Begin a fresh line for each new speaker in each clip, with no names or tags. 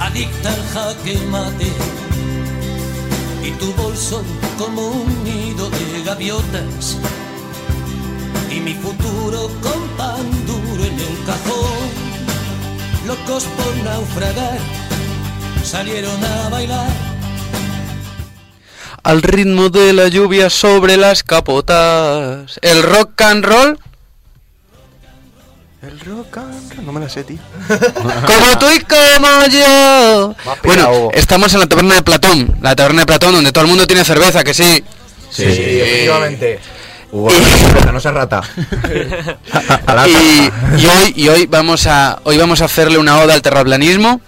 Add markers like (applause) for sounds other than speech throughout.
adicta al jaque mate y tu bolso como un nido de gaviotas y mi futuro con pan duro en el cajón locos por naufragar salieron a bailar
al ritmo de la lluvia sobre las capotas el rock and roll
El rock and roll. No me la sé, tío.
Como tú y como yo.
Más
Bueno,
pegado.
estamos en la taberna de Platón. La taberna de Platón donde todo el mundo tiene cerveza, que sí.
Sí, efectivamente. Hugo, no se rata.
(laughs)
A la
Y,
tapa.
y hoy, y hoy, vamos a, hoy vamos a hacerle una oda al terraplanismo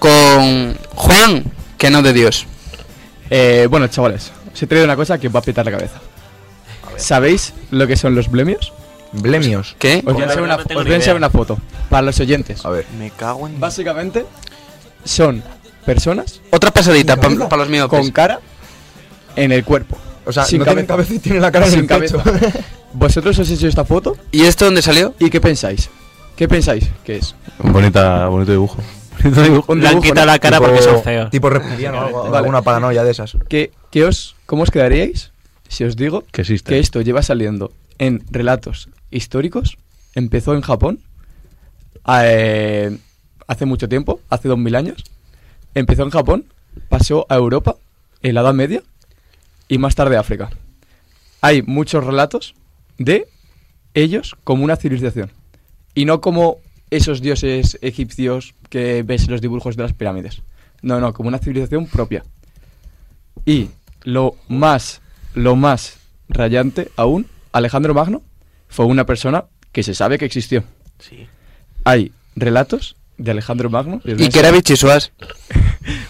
con Juan, que no de Dios.
Eh, bueno, chavales, os he traído una cosa que os va a petar la cabeza. ¿Sabéis lo que son los blemios?
Blemios.
¿Qué?
Os voy a
Hombre,
enseñar
Pues no
una,
tengo
os
ni
voy a enseñar
idea.
una foto para los oyentes.
A ver.
Me cago en.
Básicamente son personas
Otra pasadita para los
con
pues-
miopes.
cara en el cuerpo.
O sea,
sin
no tienen
cabeza.
cabeza y tienen la cara
sin
en el pecho.
cabeza.
(laughs)
Vosotros os he hecho esta foto
¿Y esto dónde salió?
y ¿qué pensáis? ¿Qué pensáis que es?
Bonita, bonito dibujo. Bonito
(laughs)
dibujo.
Un
Le han
dibujo,
quitado
¿no?
la cara
Tipo-
porque son feos.
Tipo reptiliano o algo,
Vale.
alguna paranoia de esas.
¿Qué, qué os, ¿Cómo os quedaríais si os digo
Que existe.
que esto lleva saliendo en relatos históricos? Empezó en Japón eh, hace mucho tiempo, hace 2000 años. Empezó en Japón, pasó a Europa, en la Edad Media y más tarde a África. Hay muchos relatos de ellos como una civilización y no como esos dioses egipcios que ves en los dibujos de las pirámides. No, no, como una civilización propia. Y lo más, lo más rayante aún, Alejandro Magno fue una persona que se sabe que existió.
Sí.
Hay relatos de Alejandro Magno. os voy a
Y que era
enseñar-
bichisuas.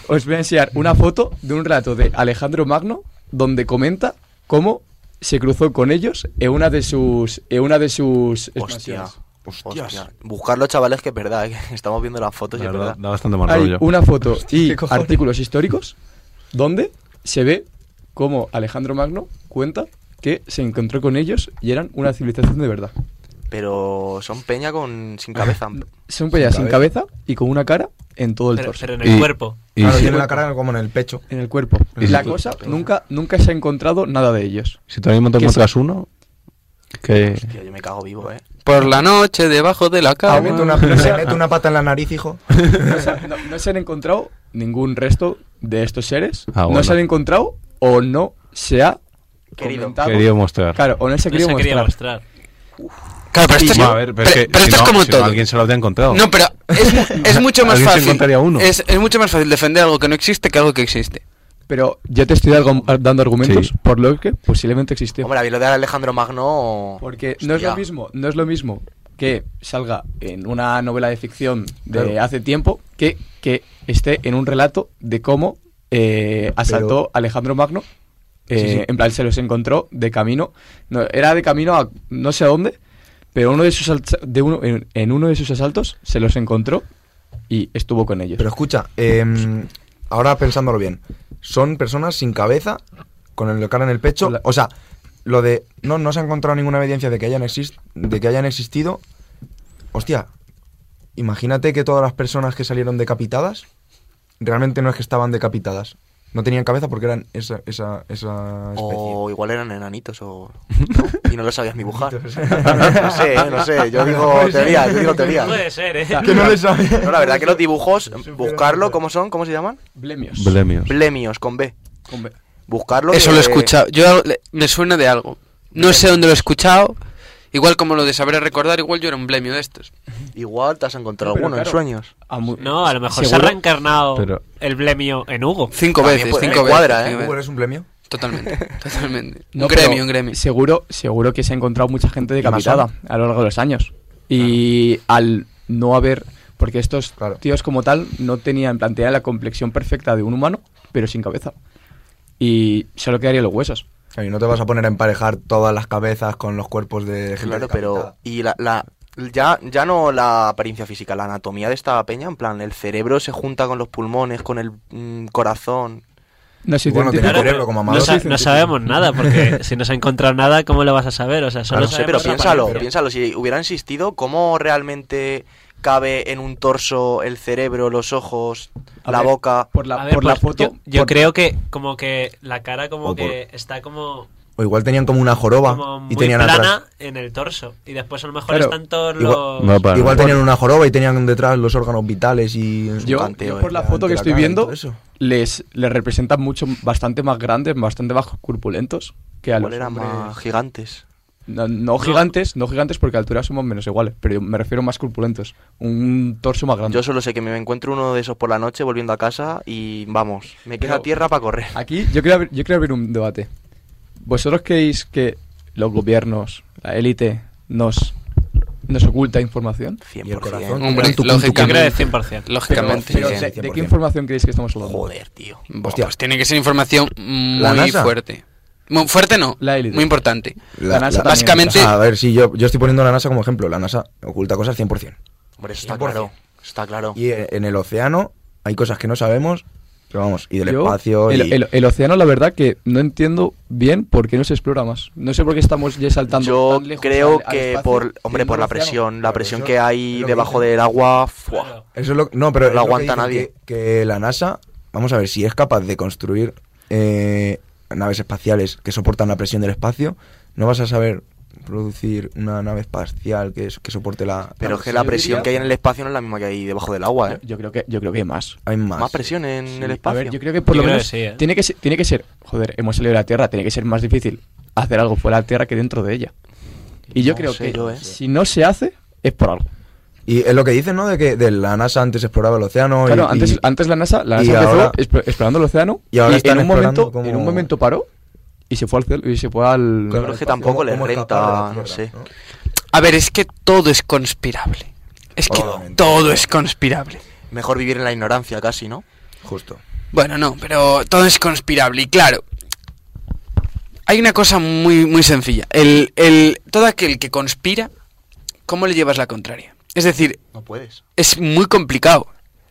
Os voy a enseñar una foto de un relato de Alejandro Magno donde comenta cómo se cruzó con ellos en una de sus, en una de sus
Hostia.
expansiones.
Hostia. Buscarlo, chavales, que es verdad. eh, que (laughs) estamos viendo las fotos y
La
es
verdad,
verdad.
da bastante mal
Hay
rollo.
una foto y
¿qué cojones?
artículos históricos donde se ve cómo Alejandro Magno cuenta que se encontró con ellos y eran una civilización de verdad.
Pero son peña con sin
(laughs)
cabeza.
Son pellas sin cabeza. y con una cara en todo el
Pero,
torso,
pero en el
Y-
cuerpo.
Y
claro,
si-
tienen la cara como en el pecho.
en el cuerpo.
Sí,
La
sí.
cosa, nunca, nunca se ha encontrado nada de ellos.
Si todavía no te
que
encuentras uno, que.
Tío, yo me cago vivo, eh.
Por la noche, debajo de la
Se
Ah,
mete,
cama.
(laughs)
una,
bueno.
se mete una pata en la nariz, hijo.
No se, no- no se han encontrado ningún resto de estos seres.
Ah, bueno.
No se han encontrado o no se ha
Querido.
comentado.
Quería mostrar.
Claro, o no se ha
No se
querido
quería
mostrar.
mostrar.
Claro, pero esto es,
No, a ver, pero, es que
pero- pero
si
esto es
no-
como
si no,
todo.
Alguien se lo habría encontrado.
No, pero es, mu- es mucho más
Alguien se
fácil.
encontraría uno.
Es, es mucho más fácil defender algo que no existe que algo que existe.
Pero yo te estoy algo- dando argumentos
Sí.
por lo que posiblemente existió.
Hombre, a mí lo de Alejandro Magno.
Porque no es
Hostia.
lo mismo, no es lo mismo que salga en una novela de ficción de
Claro.
hace tiempo que, que esté en un relato de cómo eh, asaltó Alejandro Magno. eh,
Sí, sí.
En plan, se los encontró de camino. no, era de camino a no sé a dónde, pero uno de sus alza- de uno, en, en uno de sus asaltos se los encontró y estuvo con ellos.
Pero escucha, em, ahora pensándolo bien, son personas sin cabeza, con el cara en el pecho.
Con la-
O sea, lo de. No, no se ha encontrado ninguna evidencia de que hayan, exist- de que hayan existido. Hostia, imagínate que todas las personas que salieron decapitadas realmente no es que estaban decapitadas. No tenían cabeza porque eran esa, esa, esa especie.
O igual eran enanitos
(laughs)
o. ¿no? Y no lo sabías dibujar. no sé, eh, no sé. Yo
(laughs) Pues
digo teoría, yo digo teoría.
Puede ser, ¿eh?
Que (laughs) no le sabe.
No, la verdad que los dibujos, buscarlo, ¿cómo son? ¿Cómo se llaman?
Blemios.
Blemios.
Blemios, con B.
Con B.
Buscarlo.
Eso lo he
eh,
escuchado. Yo le- me suena de algo. No sé dónde lo he escuchado. Igual como lo de saber recordar, igual yo era un blemio de estos.
Igual te has encontrado
Pero
alguno en
claro.
sueños.
A mu-
No, a lo mejor se
¿Seguro?
ha reencarnado
Pero-
el blemio en Hugo.
Cinco
También
veces,
puede-
cinco
me
veces.
cuadra, ¿eh?
cinco
Hugo,
veces.
¿Eres un blemio?
Totalmente, totalmente.
No,
un gremio,
pero
un gremio.
Seguro, seguro que se ha encontrado mucha gente decapitada
masón.
a lo largo de los años. Y al no haber. Porque estos
Claro.
tíos, como tal, no tenían planteada la complexión perfecta de un humano, pero sin cabeza. Y solo quedarían los huesos.
Claro, y no te vas a poner a emparejar todas las cabezas con los cuerpos de gente
Claro, pero.
decapitada.
Y la. la- ya, ya no la apariencia física, la anatomía de esta peña, en plan, el cerebro se junta con los pulmones, con el mm, corazón.
No soy
Bueno,
científico.
tenía cerebro como
no,
Amador.
sa-
Sí,
no sabemos
(laughs)
nada, porque si no se ha encontrado nada, ¿cómo lo vas a saber? O sea, solo
Ah, no sé, pero
sabemos la
piénsalo,
apariencia.
piénsalo. Si hubiera insistido, ¿cómo realmente cabe en un torso el cerebro, los ojos,
A
la
ver,
boca.
Por la,
A ver,
por la
pues,
foto.
Yo, yo
por-
creo que como que la cara como
O por-
que está como,
O igual tenían como una joroba
como muy
y tenían
plana
atrás.
en el torso. Y después a lo mejor
Claro,
están todos
igual-
los...
No, para
igual
nada.
tenían una joroba y tenían detrás los órganos vitales y
un
Yo,
canteo,
yo por
eh,
la
delante
foto que
la
estoy
cara y
viendo,
todo eso.
les, les representan mucho, bastante más grandes, bastante más corpulentos que a los
Igual eran
hombres.
más gigantes.
No, no gigantes, no gigantes porque a altura somos menos iguales, pero yo me refiero más corpulentos. Un torso más grande.
Yo solo sé que me encuentro uno de esos por la noche volviendo a casa y vamos, me queda
Pero-
tierra para correr.
Aquí yo quiero, abrir, yo quiero abrir un debate. ¿Vosotros creéis que los gobiernos, la élite, nos, nos oculta información?
100%.
Y el corazón.
Hombre,
Tú, tú, tú,
Yo creo que
lógicamente.
es 100%.
Lógicamente.
Pero,
sí,
¿de,
sí,
de qué
100%.
información creéis que estamos hablando?
Joder, tío.
Buah,
Hostia.
Pues tiene que ser información muy
¿La NASA?
fuerte. Mu- fuerte no,
La élite.
muy importante.
La NASA también.
básicamente-
O sea, a ver, sí, yo, yo estoy poniendo a la NASA como ejemplo. La NASA oculta cosas 100%.
Hombre, eso está
100%.
claro. Está claro.
Y eh, en en el océano hay cosas que no sabemos, pero vamos, y del
Yo,
espacio
el,
y...
el- el océano, la verdad, que no entiendo bien por qué no se explora más. No sé por qué estamos ya saltando.
Yo
tan lejos
creo
al- al
que
espacio,
por, hombre,
siendo
por la
océano.
presión, la
Claro,
presión
eso
que hay
es lo que
debajo
dicen.
del agua, ¡fua!
Claro.
Eso es lo, no, pero
No
es lo que
aguanta
dicen,
nadie.
Que, que la NASA, vamos a ver, si es capaz de construir eh, naves espaciales que soportan la presión del espacio, no vas a saber producir una nave espacial que, es- que soporte la...
Pero es que
yo
la
diría-
presión que hay en el espacio no es la misma que hay debajo del agua, ¿eh?
Yo, yo creo que, yo creo que hay más.
Hay más.
Más, presión en el
A
espacio.
ver, yo creo que por
Yo
lo
creo
menos
que sí, ¿eh?
tiene, que ser, tiene que ser, joder, hemos salido de la Tierra, tiene que ser más difícil hacer algo fuera de la Tierra que dentro de ella. Y yo
No
creo
sé
que
yo, ¿eh?
si no se hace, es por algo.
Y es lo que dicen, ¿no? De que de la NASA antes exploraba el océano y-
Claro,
y-
antes, antes la NASA, la
y
NASA empezó
ahora-
explo- explorando el océano
y ahora
en
están
un momento,
explorando
en
como-
un momento paró y se fue al cielo y se fue al
Claro,
Pero es que
espacio.
tampoco
¿Cómo-
les
cómo
renta,
escapar de la
no
Tierra,
sé.
A ver, es que todo es conspirable. Es que
Obviamente.
todo es conspirable.
Mejor vivir en la ignorancia casi, ¿no?
Justo.
Bueno, no, pero todo es conspirable. Y claro, hay una cosa muy, muy sencilla. El, el, todo aquel que conspira, ¿cómo le llevas la contraria? Es decir,
No puedes.
es muy complicado.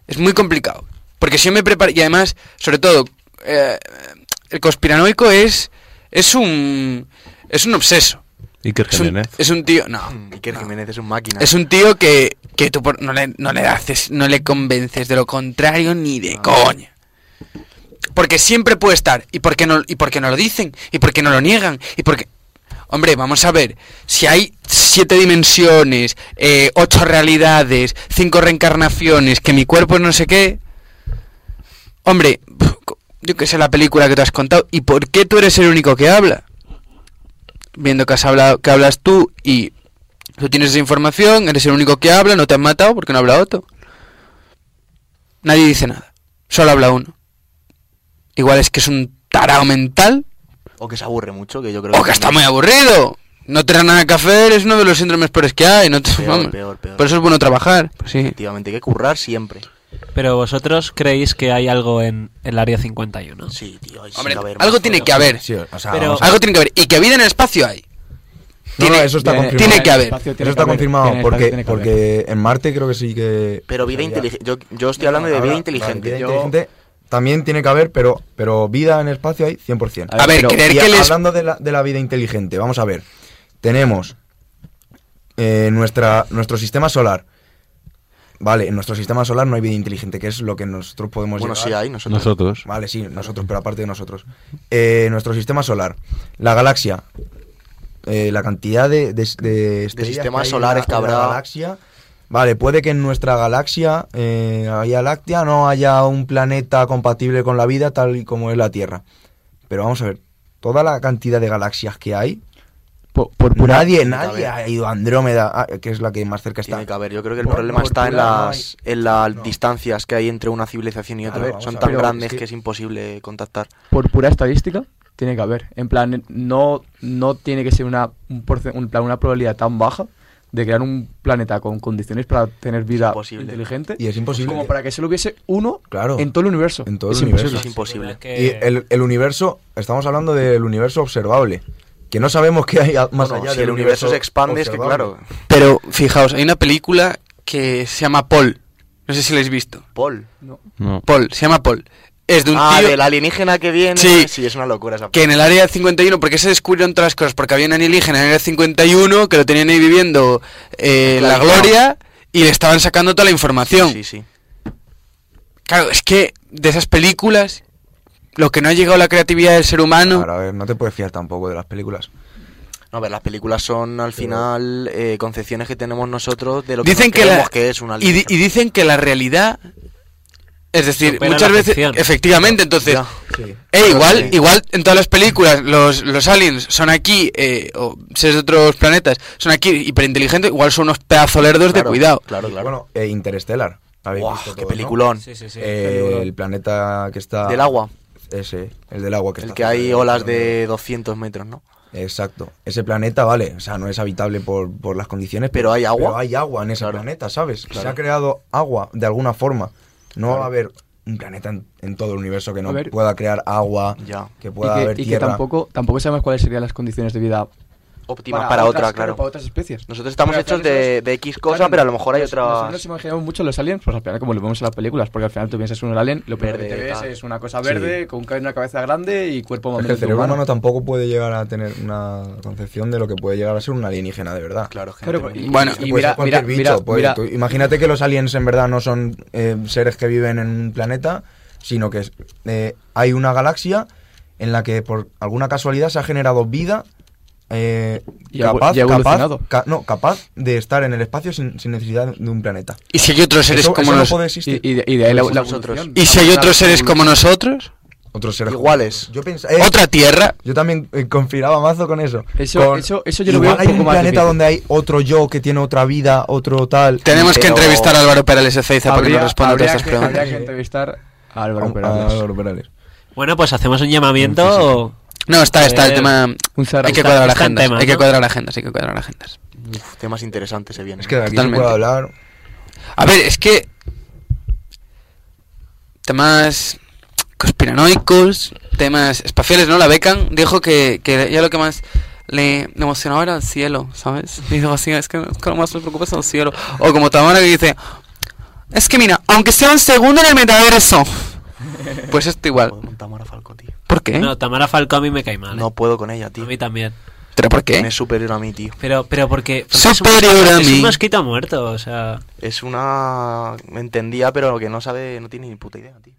Es muy complicado. Porque si yo me preparo. Y además, sobre todo, eh, el conspiranoico es. Es un. Es un obseso.
Iker
Es un,
Jiménez.
es un tío. No.
Y que
no.
Mm, Jiménez es un máquina.
Es un tío que, que tú por- no, le, no le haces, no le convences de lo contrario ni de coña. Porque siempre puede estar. ¿Y por qué no, y por qué no lo dicen? ¿Y por qué no lo niegan? ¿Y por qué? Hombre, vamos a ver. Si hay siete dimensiones, eh, ocho realidades, cinco reencarnaciones, que mi cuerpo es no sé qué. Hombre, yo que sé la película que te has contado. ¿Y por qué tú eres el único que habla? Viendo que has hablado, que hablas tú y Tú tienes esa información, eres el único que habla, no te han matado porque no habla otro. Nadie dice nada, solo habla uno. Igual es que es un tarao mental
¿eh? O que se aburre mucho, que yo creo
o que está muy aburrido. No tener nada que hacer es uno de los síndromes peores que hay. No te,
Peor,
vamos.
peor, peor.
Por eso es bueno trabajar. pues sí.
Efectivamente, hay que currar siempre.
Pero vosotros creéis que hay algo en el Área 51.
Sí, tío. ahí sí
Hombre,
va a haber
algo
más
tiene que
cosas.
haber.
Sí, o sea,
Pero-
vamos a-
Algo tiene que haber. Y que vida en el espacio hay.
No, no,
Tiene-
eso está
Bien,
confirmado.
tiene que haber.
espacio
Eso
tiene que
está
haber,
confirmado,
tiene-
porque,
tiene que haber.
porque en Marte creo que sí que...
Pero vida
había-
inteligente. Yo, yo estoy hablando de
Ahora,
vida
vale,
inteligente.
vida inteligente también tiene que haber, pero, pero vida en espacio hay 100%.
A ver,
A ver,
pero-
creer
Y
que les...
hablando de la, de la vida inteligente, vamos a ver. Tenemos eh, nuestra, nuestro sistema solar. Vale, en nuestro sistema solar no hay vida inteligente, que es lo que nosotros podemos
Bueno,
llegar.
sí, ahí nosotros.
Nosotros.
Vale, sí, nosotros, pero aparte de nosotros. Eh, nuestro sistema solar, la galaxia, eh, la cantidad de, de, de estrellas que
sistemas
hay en
solares
la-
que
en la
habrá.
galaxia. Vale, puede que en nuestra galaxia, eh, la Vía Láctea, no haya un planeta compatible con la vida tal y como es la Tierra. Pero vamos a ver, toda la cantidad de galaxias que hay,
Por, por pura-
nadie,
tiene que
nadie
haber.
ha ido a Andrómeda, ah, que es la que más cerca está.
Tiene que haber. Yo creo que el
Por-
problema
por
está en
pura- no
las,
hay-
en las
no.
distancias que hay entre una civilización y
Claro,
otra.
vamos
Son
a
tan
ver,
grandes
es que-
que es imposible contactar.
por pura estadística tiene que haber. En plan, no, no tiene que ser una, un porce- un plan, una probabilidad tan baja de crear un planeta con condiciones para tener vida
imposible.
inteligente
Y es imposible.
como para que solo hubiese uno
Claro.
en todo el universo.
En todo
Es
el
imposible.
universo.
Es imposible.
Y el, el universo, estamos hablando del universo observable, que no sabemos qué hay a- más
Bueno,
allá
si
del
el universo se expande, es que claro.
observable.
Pero fijaos, hay una película que se llama Paul. No sé si la habéis visto.
Paul.
No.
Paul, se llama Paul. Es de un
Ah,
tío...
del alienígena que viene.
Sí.
es una locura esa
Que en el área 51, porque se descubrieron todas las cosas, porque había un alienígena en el área 51 que lo tenían ahí viviendo eh, la
Claro.
gloria y le estaban sacando toda la información.
Sí, sí.
Claro, es que de esas películas, lo que no ha llegado a la creatividad del ser humano.
Claro, a ver, no te puedes fiar tampoco de las películas.
No, a ver, las películas son al final eh, concepciones que tenemos nosotros de lo que
dicen
nos
que,
creemos
la,
que es una
y, di- y dicen que la realidad. Es decir,
Supera
muchas
la
veces.
ficción.
Efectivamente, entonces.
Ya.
Sí.
Eh, igual,
Sí.
igual en todas las películas los, los aliens son aquí, eh, o seres de otros planetas, son aquí hiperinteligentes, igual son unos pedazolerdos de
Claro,
cuidado.
Claro, claro.
Bueno, eh, Interstellar. ¿Habéis
Buah,
visto
qué
todos, no?
peliculón.
Sí, sí, sí.
Eh, el planeta que está.
Del agua.
Ese, el del agua que
El
está
que
cerca
hay
del-
olas de 200 metros, ¿no?
Exacto. Ese planeta, vale, o sea, no es habitable por, por las condiciones,
Pero hay agua.
hay agua en ese
Claro.
planeta, ¿sabes? Se
Claro.
ha creado agua de alguna forma. No
Claro.
va a haber un planeta en, en todo el universo que no
A ver.
pueda crear agua,
Ya.
que
Y
pueda
que,
haber
y que
tierra.
tampoco, tampoco sabemos cuáles serían las condiciones de vida
Óptimas para, otra,
otras-
claro.
Para otras especies.
Nosotros estamos
Pero
hechos
claro,
de,
nosotros-
de X cosa,
claro,
pero a lo mejor hay
nos- Nosotros
otras...
nos imaginamos mucho los aliens, pues al final como lo vemos en las películas, porque al final tú piensas en un alien, lo primero que
Verde,
te ves
tal.
es una cosa verde, con ca- una cabeza grande y cuerpo
Es
más
que el
menos
cerebro
humano.
humano tampoco puede llegar a tener una concepción de lo que puede llegar a ser un alienígena de verdad.
Claro, gente.
Claro,
muy-
y-
Bueno,
Es que
y
puede
mira,
ser cualquier
mira,
bicho,
mira,
puede-
mira.
tú- imagínate que los aliens en verdad no son eh, seres que viven en un planeta, sino que es- eh, hay una galaxia en la que por alguna casualidad se ha generado vida eh,
Y ha evo-
capaz,
y ha
capaz,
evolucionado.
ca- no, capaz de estar en el espacio sin, sin necesidad de un planeta.
Y si hay otros seres
Eso,
como
eso no
nos-
puede
Y,
existir.
y de, y de ahí la,
Somos
la
nosotros.
evolución.
¿Y si hay otros seres como nosotros,
Otros seres
Iguales.
Yo pens- eh,
otra tierra,
Yo también eh, conspiraba mazo con eso.
Eso-
Con-
eso- eso yo lo
igual
veo un
hay
poco
un
más
planeta
difícil.
donde hay otro yo que tiene otra vida, otro tal.
tenemos que
Pero-
entrevistar a Álvaro Perales Ezeiza para que nos responda a
habría
todas estas
que,
preguntas.
habría que entrevistar a Álvaro
Álvaro
Perales.
Perales.
Bueno, pues hacemos un llamamiento.
No, está, está el
Eh,
tema.
un
Hay que
zarra-
cuadrar
está en
agendas,
tema,
hay que
¿no?
cuadrar agendas, hay que cuadrar agendas.
Uf, temas interesantes se vienen.
Es que de aquí
Totalmente.
se puede hablar.
A ver, es que. Temas conspiranoicos, temas espaciales, ¿no? La becan dijo que, que ya lo que más le emocionaba era el cielo, ¿sabes? Dijo así, es que, es que lo más me preocupa es el cielo. O como Tamara que dice, es que mira, aunque sea un segundo en el metaverso, pues esto igual.
Joder, con Tamara Falco, tío.
¿Por
¿Eh?
qué?
No, Tamara Falco a mí me cae mal. ¿eh?
No puedo con ella,
a
tío.
mí también.
¿Pero por qué?
Me superior a mí, tío.
Pero, pero porque, porque
Superior
es
a
un, es un
mí.
mosquito muerto, o sea.
Es una... Me entendía, pero que no sabe... No tiene ni puta idea, tío.